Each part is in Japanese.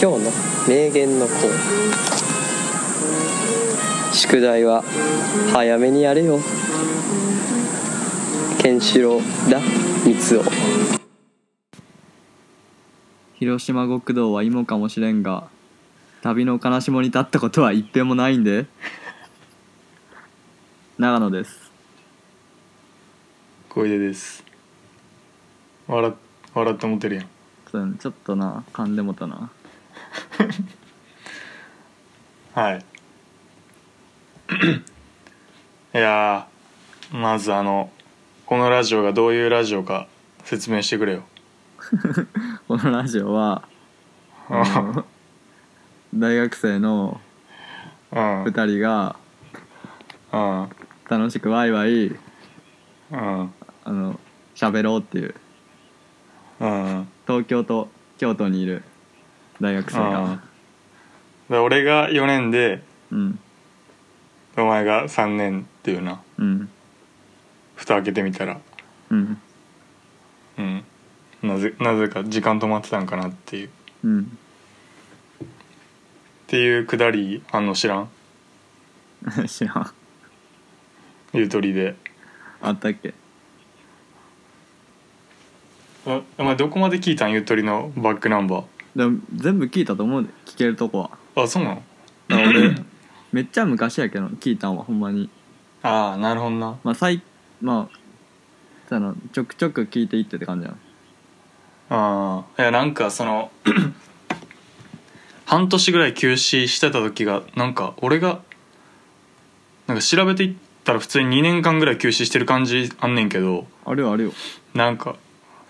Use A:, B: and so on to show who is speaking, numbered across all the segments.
A: 今日の名言のコーナー宿題は早めにやれよケンシロウだ三つ
B: 広島極道は芋かもしれんが旅の悲しもに立ったことは一遍もないんで長野です
C: 小出です笑っ笑って思ってるやん
B: そうだねちょっとな噛んでもたな
C: はいいやーまずあのこのラジオがどういうラジオか説明してくれよ
B: このラジオはあの大学生の
C: うんうん
B: 2人が
C: うん
B: 楽しくワイワイ
C: うん
B: あの喋ろうっていう
C: うん
B: 東京と京都にいる大学生が
C: で俺が4年で
B: うん
C: お前が3年っていうな
B: うん
C: 蓋開けてみたら
B: うん
C: うんなぜなぜか時間止まってたんかなっていうっ
B: うん
C: ていうくだりあんの知らん
B: 知らん
C: ゆとりで
B: あったっけ
C: おお前どこまで聞いたんゆとりのバックナンバー
B: でも全部聞いたと思うで聞けるとこは
C: あそうなの
B: だから俺めっちゃ昔やけど聞いたんはほんまに
C: ああなるほどな
B: まあ最まあそのちょくちょく聞いていってって感じやん
C: ああいやなんかその半年ぐらい休止してた時がなんか俺がなんか調べていったら普通に2年間ぐらい休止してる感じあんねんけど
B: あるよあるよ
C: なんか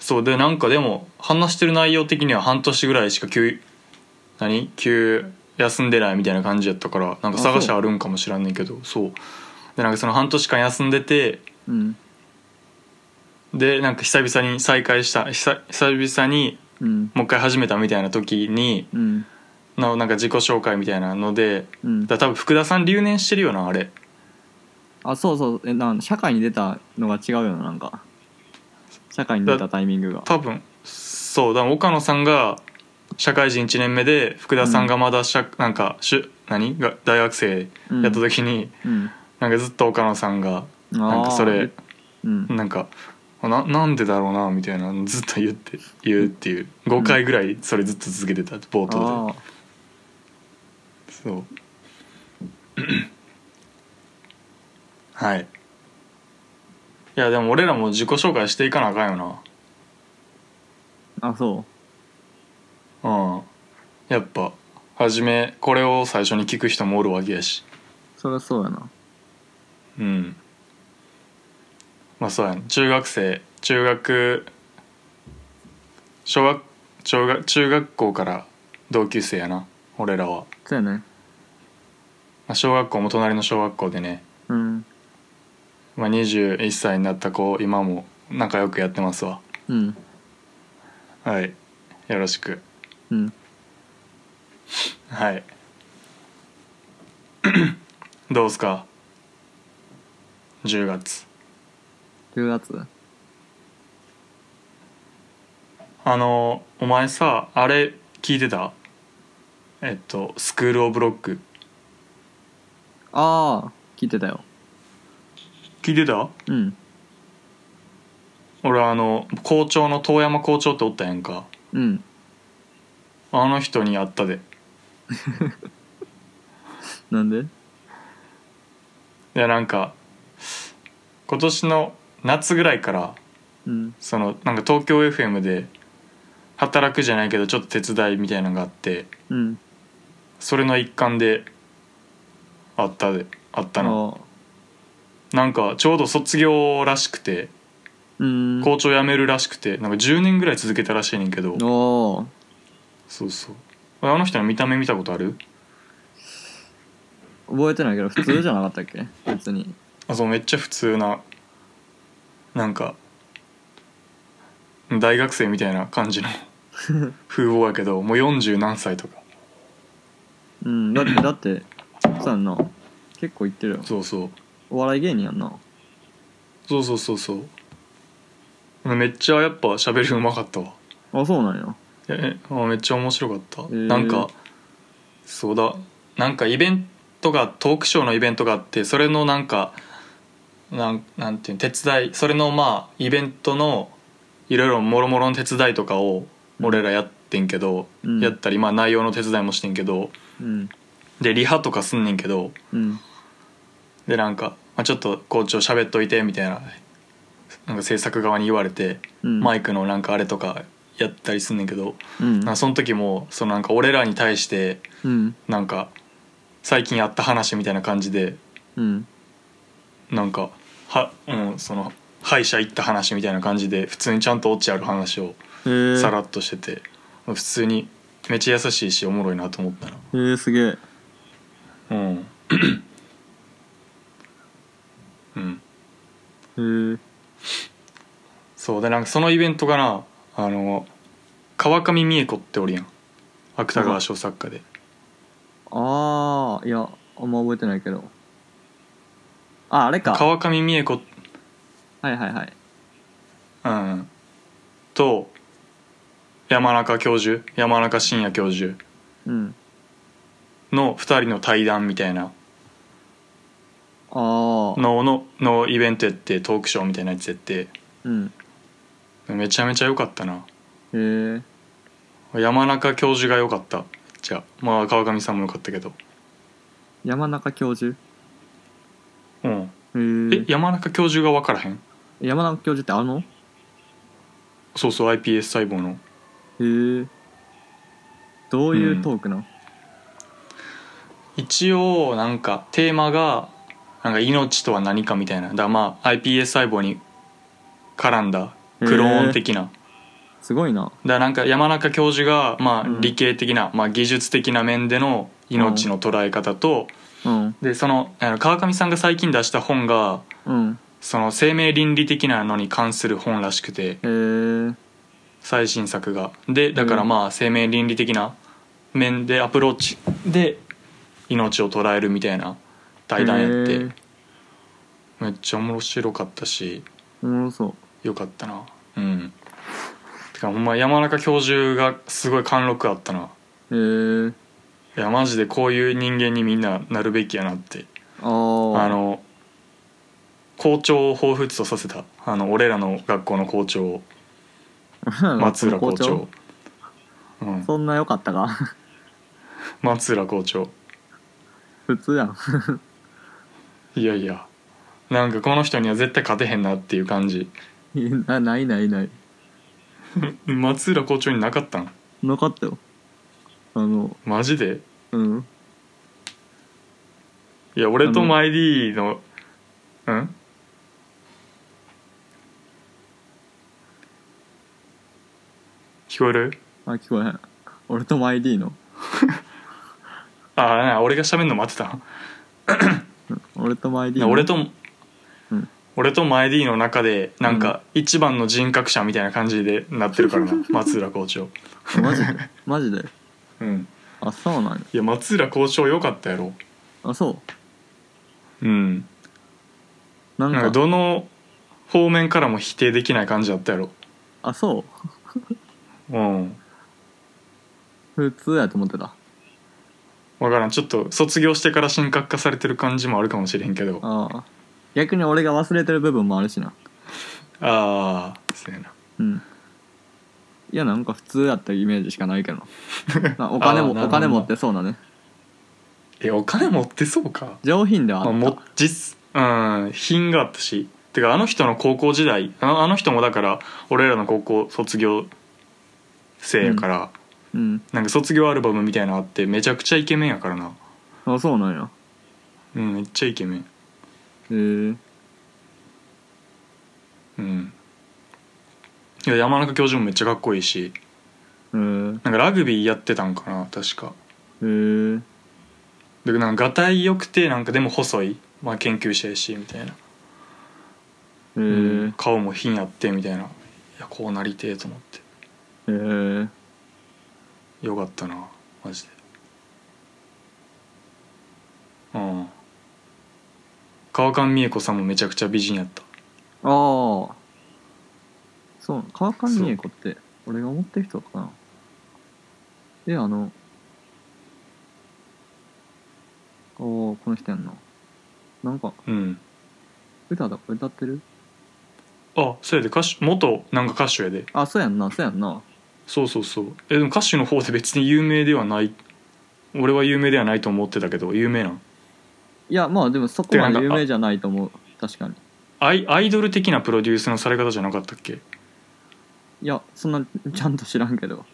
C: そうでなんかでも話してる内容的には半年ぐらいしか休何休休んでないみたいな感じやったからなんか探しはあるんかもしらんねんけどそうでなんかその半年間休んでて
B: うん
C: でなんか久々に再開した久久々に
B: うん
C: もう一回始めたみたいな時に
B: うん
C: のなんか自己紹介みたいなので
B: うん
C: だから多分福田さん留年してるよなあれ
B: あそうそうえなん社会に出たのが違うよななんか社会に出たタイミングが
C: 多分そうだから岡野さんが社会人1年目で福田さんがまだ社、なんかしゅ何が大学生
B: うん
C: やった時に、
B: うん
C: なんかずっと岡野さんが なんかそれ
B: うん
C: なんかななんでだろうなみたいなのずっと言って言うっていう5回ぐらいそれずっと続けてた冒頭で。
B: ああ
C: そう はいいやでも俺らも自己紹介していかなあかんよ
B: あそ
C: なうんやっぱ初めこれを最初に聞く人もおるわけやし
B: うそりゃそうやな
C: うんまあそうやな中学生中学小学小学中学校から同級生やな俺らは、
B: そうやね
C: まあ、小学校も隣の小学校でね、
B: うん
C: まあ、21歳になった子今も仲良くやってますわ
B: うん
C: はいよろしく
B: うん
C: はい どうすか10月
B: 10月
C: あのお前さあれ聞いてたえっとスクール・オブ・ロック
B: ああ聞いてたよ
C: 聞いてた
B: うん
C: 俺あの校長の遠山校長っておったやんか
B: うん
C: あの人に会ったで
B: なんで
C: いやなんか今年の夏ぐらいから
B: うん
C: そのなんか東京 FM で働くじゃないけどちょっと手伝いみたいなのがあって
B: うん
C: それの一環であったであったの
B: ああ
C: なんかちょうど卒業らしくて
B: うん
C: 校長辞めるらしくてなんか10年ぐらい続けたらしいねんけど
B: おー
C: そうそうあの人の見た目見たことある
B: 覚えてないけど普通じゃなかったっけ別に
C: あそうめっちゃ普通ななんか大学生みたいな感じ の風貌やけどもう40何歳とか
B: うんだってだってさんな結構言ってるよ
C: そうそう
B: お笑い芸人やんな
C: そうそうそうそうめっちゃやっぱ喋りうまかったわ
B: あそうなんや
C: ええあめっちゃ面白かった、
B: ー
C: なんかそうだなんかイベントがトークショーのイベントがあってそれのなんかなんなんていうの手伝いそれのまあイベントのいろいろもろもろの手伝いとかを俺らやってんけど、
B: うん
C: やったりまあ内容の手伝いもしてんけど
B: うん
C: でリハとかすんねんけど
B: うん
C: でなんか、まあ、ちょっと校長喋っといてみたいななんか制作側に言われて、
B: うん
C: マイクのなんかあれとかやったりすんねんけど、
B: うん
C: なんかその時もそのなんか俺らに対して
B: うん
C: なんか最近やった話みたいな感じで
B: うん
C: なんかは、うん、その歯医者行った話みたいな感じで普通にちゃんとオチある話を
B: へえ
C: さらっとしてて、普通にめっちゃ優しいしおもろいなと思ったな。
B: へえすげえ
C: うん、うん
B: へえ
C: そうでなんかそのイベントがなあの川上美恵子っておるやん芥川賞作家で、
B: ああいやあんま覚えてないけどああれか
C: 川上美恵子
B: はいはいはい
C: うんと山中教授山中伸也教授
B: うん
C: の2人の対談みたいな
B: ああ
C: のののイベントやってトークショーみたいなやつやって
B: うん
C: めちゃめちゃ良かったな
B: へえ
C: 山中教授が良かったじゃあまあ川上さんも良かったけど
B: 山中教授
C: うん
B: へ
C: え
B: え
C: 山中教授が分からへん
B: 山中教授ってあの
C: そうそう iPS 細胞の
B: へえどういうトークなん、
C: 一応なんかテーマがなんか命とは何かみたいなだからまあ iPS 細胞に絡んだクローン的な、
B: すごいな
C: だからなんか山中教授がま
B: う
C: あ
B: ん
C: 理系的な、まあ、技術的な面での命の捉え方と、
B: うん
C: でそのあの川上さんが最近出した本が
B: うん
C: その生命倫理的なのに関する本らしくて
B: へえ
C: 最新作がでだからまあ生命倫理的な面でアプローチで命を捉えるみたいな対談やって、
B: へえ
C: めっちゃ面白かったし
B: おもろそう
C: よかったなうんてかほんま山中教授がすごい貫禄あったな
B: へえ
C: いやマジでこういう人間にみんななるべきやなって
B: ああ
C: あの校長を彷彿とさせたあの俺らの学校の校長松浦校長うん、
B: そんな良かったか
C: 松浦校長
B: 普通やん
C: いやいやなんかこの人には絶対勝てへんなっていう感じ
B: いや なないないない
C: 松浦校長になかったん
B: なかったよあの
C: マジで
B: うん
C: いや俺
B: あ
C: と
B: の
C: マイディのうん聞こえる
B: あ聞こえへん俺とマイディの
C: ああな俺が喋んの待ってた
B: 俺とマイディの
C: 俺と、
B: うん
C: 俺とマイディの中でなんか一番の人格者みたいな感じでなってるからな 松浦校長
B: あマジで マジで
C: うん
B: あそうなんや
C: いや松浦校長良かったやろ
B: あそう
C: うん
B: なん
C: な
B: か
C: んかどの方面からも否定できない感じだったやろ
B: あそう
C: うん
B: 普通やと思ってた
C: 分からんちょっと卒業してから神格化されてる感じもあるかもしれへんけどあ
B: ああ逆に俺が忘れてる部分もあるしな
C: あーそうやな
B: うんいやなんか普通やったイメージしかないけ どななお金
C: あーなるほ
B: も
C: ど
B: お金持ってそうなね
C: えお金持ってそうか
B: 上品ではあった、
C: まあも実うん品があったしてかあの人の高校時代あのあの人もだから俺らの高校卒業生やから、
B: うん
C: なんか卒業アルバムみたいなのあってめちゃくちゃイケメンやからな
B: あそうなんや
C: うんめっちゃイケメン
B: へえ
C: うんいや山中教授もめっちゃかっこいいし
B: へえ
C: なんかラグビーやってたんかな確か
B: へえ
C: でなんかがたいよくてなんかでも細い、まあ、研究者やしみたいな、
B: へえ、
C: うん顔も品あってみたいないやこうなりてえと思って
B: へえ
C: よかったなマジでうん川上美恵子さんもめちゃくちゃ美人やっ
B: あ
C: た
B: あそう川上美恵子って俺が思ってる人かなであのおおこの人やんななんか
C: うん
B: 歌だ歌ってる
C: あそうやで歌手元なんか歌手やで
B: あそうやんなそうやんな
C: そうそうそうえでも歌手の方で別に有名ではない俺は有名ではないと思ってたけど有名なん
B: いやまあでもそこまで有名じゃないと思う確かに
C: アイアイドル的なプロデュースのされ方じゃなかったっけ
B: いやそんなちゃんと知らんけど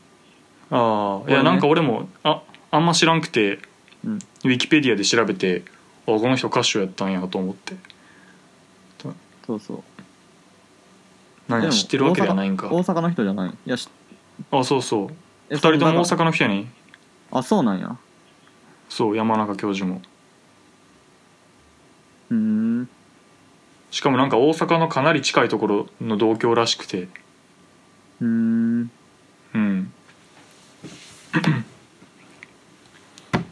C: ああ、い
B: 俺
C: や
B: ね
C: なんか俺もああんま知らんくて、
B: うん
C: ウィキペディアで調べてあこの人歌手やったんやと思って
B: そうそう
C: 何
B: で
C: や
B: も
C: 知ってるわけではないんか
B: 大阪の人じゃないいやし
C: あそうそう
B: え
C: 2人とも大
B: その
C: 阪の人やね
B: あそうなんや
C: そう山中教授も
B: うーん
C: しかもなんか大阪のかなり近いところの同郷らしくて
B: うーん
C: うん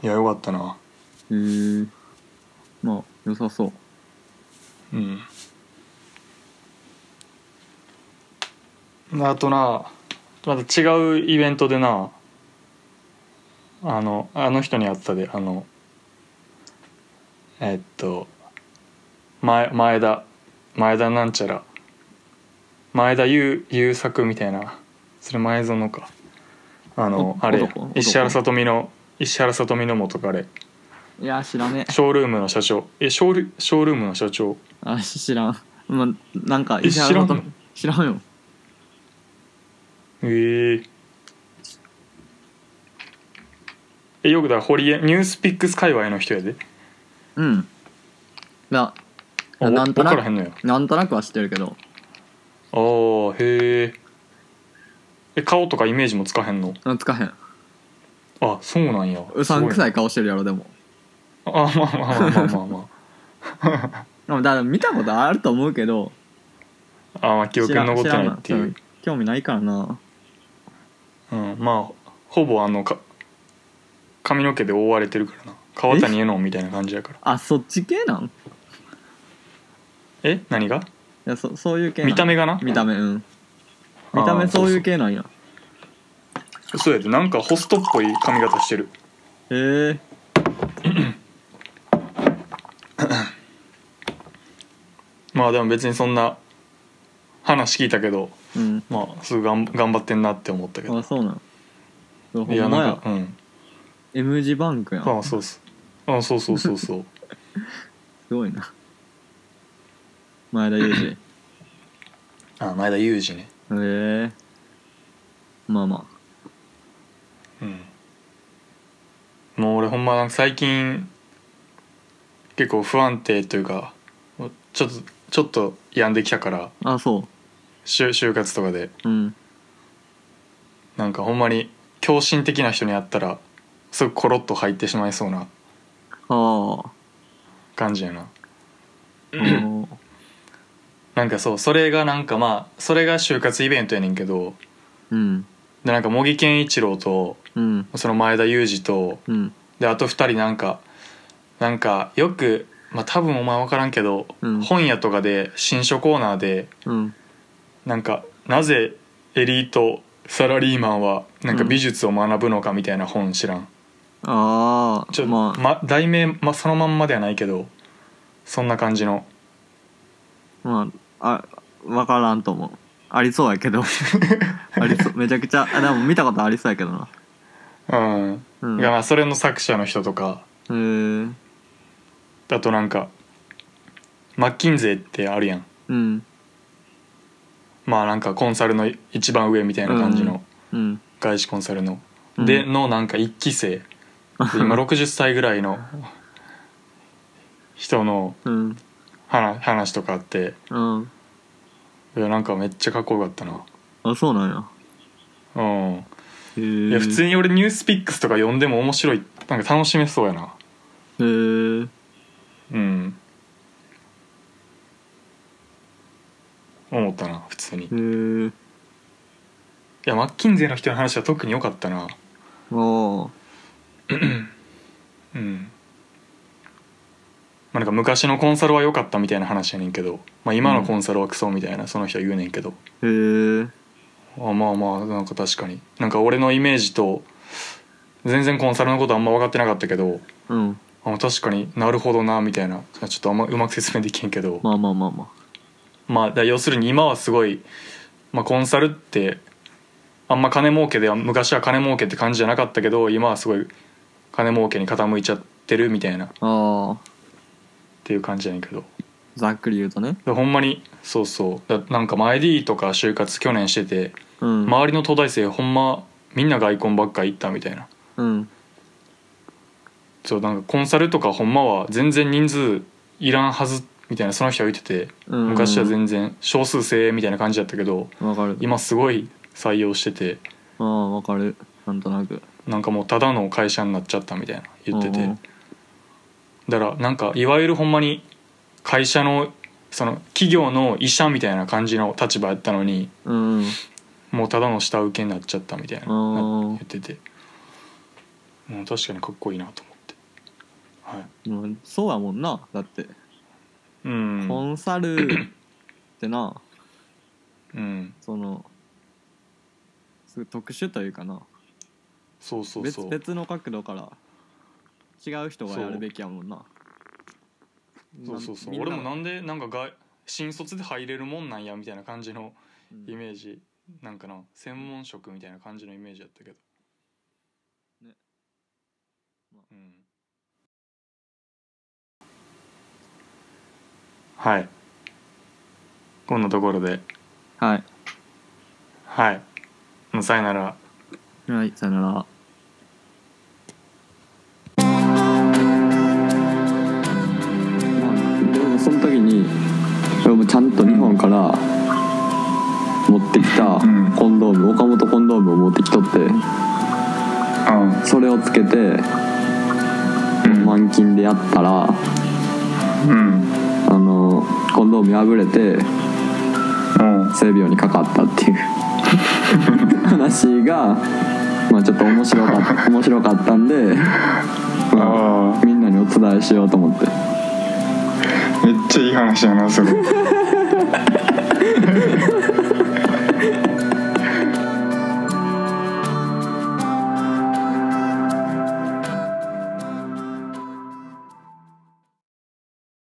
C: いやよかったな
B: へえまあ良さそう
C: うんあとなまた違うイベントでなあのあの人に会ったであのえっと前前田前田なんちゃら前田優優作みたいなそれ前園かあの
B: お
C: あれ
B: 男男
C: 石原さとみの石原さとみの元彼
B: いや知らねえ
C: ショールームの社長えショールショールームの社長
B: あ知らんまあなんか
C: え
B: 石原さとみ
C: 知らんの
B: 知らんよ
C: へええよくだから堀江ニュースピックス界隈の人やで
B: うんな
C: あ
B: な
C: わ
B: んとな
C: わからへん
B: く
C: のよ
B: なんとなくは知ってるけど
C: ああへええ顔とかイメージもつかへんの
B: つかへん
C: あそうなんや
B: うさんくさ
C: い
B: い顔してるやろでも
C: あまあまあまあまあまあ、ま
B: でもだから見たことあると思うけど
C: あ、あまあ記憶に残ってないってい
B: 知らん知らん
C: う
B: な、興味ないからな
C: うん、まあほぼあのか髪の毛で覆われてるからな川谷絵音みたいな感じやから
B: あそっち系なんい
C: え何が
B: やそそういう系なん
C: 見た目がな
B: 見た目うん見た
C: あ
B: 目
C: ー
B: そういう
C: そう
B: 系なんや
C: そうそうやでなんかホストっぽい髪型してる
B: へえ
C: まあでも別にそんな話聞いたけど
B: うん
C: まあすぐがん頑張ってんなって思ったけど
B: あそうなんほんま
C: いやなん
B: や
C: かうん
B: M 字バンクやん
C: ああそうっすああそうそうそうそう
B: すごいな前田裕二へ
C: ああ前田裕二ね
B: えまあま
C: うんもう俺ほんまなんか最近結構不安定というかちょっとちょっと病んできたから
B: ああそ
C: 就就活とかで
B: ううん
C: なんかほんまに狂信的な人に会ったらすぐコロッと入ってしまいそうな
B: はあ
C: 感じやな
B: あの
C: なんかそうそれがなんかまあそれが就活イベントやねんけど
B: うん
C: でなんか茂木健一郎と
B: うん
C: その前田裕二と
B: うん
C: であと2人なんかなんかよくまあ多分お前分からんけど、
B: うん
C: 本屋とかで新書コーナーで
B: うん
C: なんかなぜエリートサラリーマンはなんか美術を学ぶのかみたいな本知らん、
B: あ
C: ち
B: あ
C: ょ
B: まあ
C: ま、題名、ま、そのまんまではないけどそんな感じの
B: まああ分からんと思うありそうやけ どありそうめちゃくちゃあでも見たことありそうやけどな
C: うん、
B: うん
C: がま
B: へ
C: あそれの作者の人とか
B: えうん
C: だとなんかマッキンゼーってあるやん
B: うん
C: まあなんかコンサルの一番上みたいな感じの、
B: うん
C: 外資コンサルの、
B: うん
C: でのなんか一期生で 今60歳ぐらいの人の
B: うん
C: 話話とかあって
B: うん
C: いやなんかめっちゃかっこよかったな
B: あそうなんや
C: うん
B: へえ
C: いや普通に俺ニュースピックスとか読んでも面白いなんか楽しめそうやな
B: へえ
C: うん思ったな普通にい
B: へえ
C: やマッキンゼーの人の話は特に良かったな
B: ああ
C: うんまあ、なんか昔のコンサルは良かったみたいな話やねんけど、まあ、今のコンサルはクソみたいなその人は言うねんけど、
B: へえ
C: あまあまあなんか確かになんか俺のイメージと全然コンサルのことあんま分かってなかったけど
B: うん
C: あ確かになるほどなみたいなちょっとあんまうまく説明できへんけど、
B: まあまあまあま
C: まあ、だから要するに今はすごい、まあ、コンサルってあんま金儲けでは昔は金儲けって感じじゃなかったけど今はすごい金儲けに傾いちゃってるみたいなっ
B: ああ
C: ていう感じやねんけど
B: ざっくり言うとね
C: でほんまにそうそうだなんか前 D とか就活去年してて
B: うん、
C: 周りの東大生ほんまみんな外婚ばっか行ったみたいな
B: うん
C: そうなんかコンサルとかほんまは全然人数いらんはずみたいなその人は言ってて
B: うん
C: 昔は全然少数精鋭みたいな感じだったけど
B: わかる
C: 今すごい採用してて
B: ああわかるなんとなく
C: なんかもうただの会社になっちゃったみたいな言って
B: う
C: て
B: ん
C: だからなんかいわゆるほんまに会社のその企業の医者みたいな感じの立場やったのに
B: うんうん
C: もうただの下請けになっちゃったみたいな
B: うん
C: 言っててうん確かにかっこいいなと思ってはい
B: うんそうやもんなだって
C: うん
B: コンサルってな
C: うん
B: そのすごい特殊というかな
C: そうそう
B: 別
C: そう
B: 別の角度から違う人がやるべきやもんな
C: そうそうそう
B: な
C: 俺も
B: みんな
C: なんでなんか外新卒で入れるもんなんやみたいな感じのイメージなんかな専門職みたいな感じのイメージやったけど
B: ね
C: うんはいこんなところで
B: うんはい
C: はいもうさよなら
B: はいさよなら
D: でもその時に俺もちゃんと日本から持ってきた
E: ん
D: コンドーム、岡本コンドームを持ってきとって
E: あ
D: それをつけて
E: うん
D: 満勤でやったらあ
E: うん
D: のコンドーム破れて
E: うん
D: 性病にかかった っていう話が、まあ、ちょっと面白かった面白かったんで、ま
E: あ
D: あ、みんなにお伝えしようと思って
E: あめっちゃいい話やなそれ